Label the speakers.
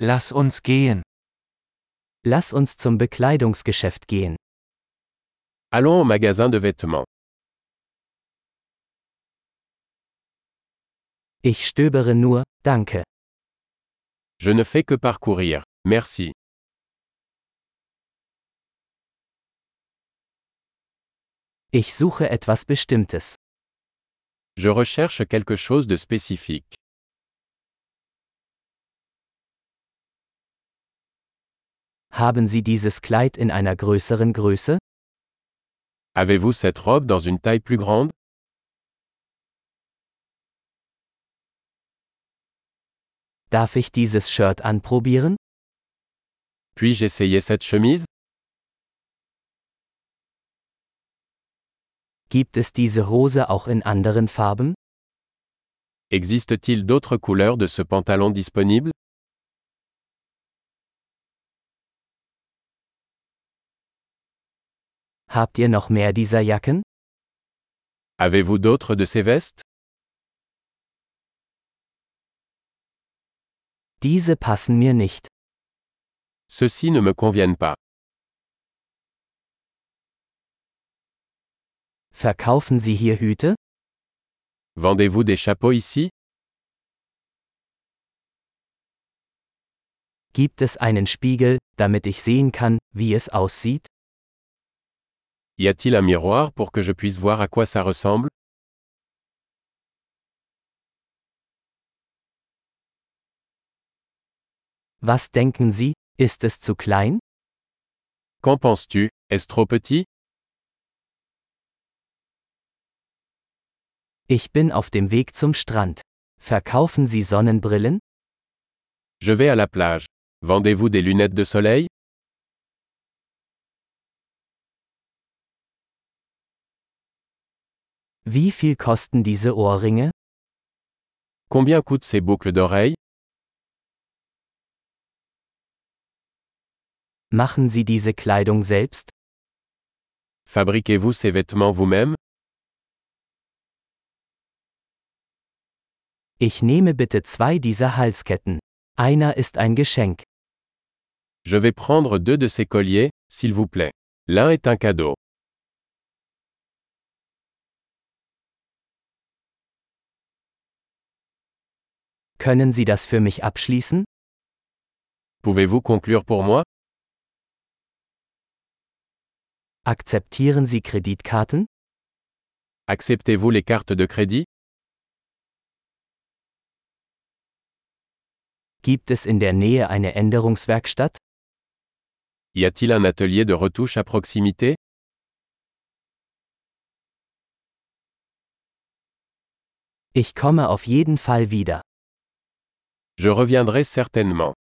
Speaker 1: Lass uns gehen.
Speaker 2: Lass uns zum Bekleidungsgeschäft gehen.
Speaker 3: Allons au magasin de vêtements.
Speaker 2: Ich stöbere nur, danke.
Speaker 3: Je ne fais que parcourir. Merci.
Speaker 2: Ich suche etwas Bestimmtes.
Speaker 3: Je recherche quelque chose de spécifique.
Speaker 2: Haben Sie dieses Kleid in einer größeren Größe?
Speaker 3: Avez-vous cette robe dans une taille plus grande
Speaker 2: Darf ich dieses Shirt anprobieren?
Speaker 3: Puis-je essayer cette chemise
Speaker 2: Gibt es diese Hose auch in anderen Farben?
Speaker 3: Existe-t-il d'autres couleurs de ce pantalon disponible
Speaker 2: Habt ihr noch mehr dieser Jacken?
Speaker 3: Avez-vous d'autres de ces vestes
Speaker 2: Diese passen mir nicht.
Speaker 3: Ceux-ci ne me conviennent pas.
Speaker 2: Verkaufen Sie hier Hüte?
Speaker 3: Vendez-vous des chapeaux ici
Speaker 2: Gibt es einen Spiegel, damit ich sehen kann, wie es aussieht?
Speaker 3: Y a-t-il un miroir pour que je puisse voir à quoi ça ressemble
Speaker 2: Was denken Sie, ist es zu klein?
Speaker 3: Qu'en penses-tu Est-ce trop petit
Speaker 2: Ich bin auf dem Weg zum Strand. Verkaufen Sie Sonnenbrillen?
Speaker 3: Je vais à la plage. Vendez-vous des lunettes de soleil
Speaker 2: Wie viel kosten diese Ohrringe?
Speaker 3: Combien coûtent ces boucles d'oreilles
Speaker 2: Machen Sie diese Kleidung selbst?
Speaker 3: Fabriquez-vous ces vêtements vous-même
Speaker 2: Ich nehme bitte zwei dieser Halsketten. Einer ist ein Geschenk.
Speaker 3: Je vais prendre deux de ces colliers, s'il vous plaît. L'un est un cadeau.
Speaker 2: Können Sie das für mich abschließen?
Speaker 3: Pouvez-vous conclure pour moi
Speaker 2: Akzeptieren Sie Kreditkarten?
Speaker 3: Acceptez-vous les cartes de crédit
Speaker 2: Gibt es in der Nähe eine Änderungswerkstatt?
Speaker 3: Y a-t-il un atelier de retouche à proximité
Speaker 2: Ich komme auf jeden Fall wieder.
Speaker 3: Je reviendrai certainement.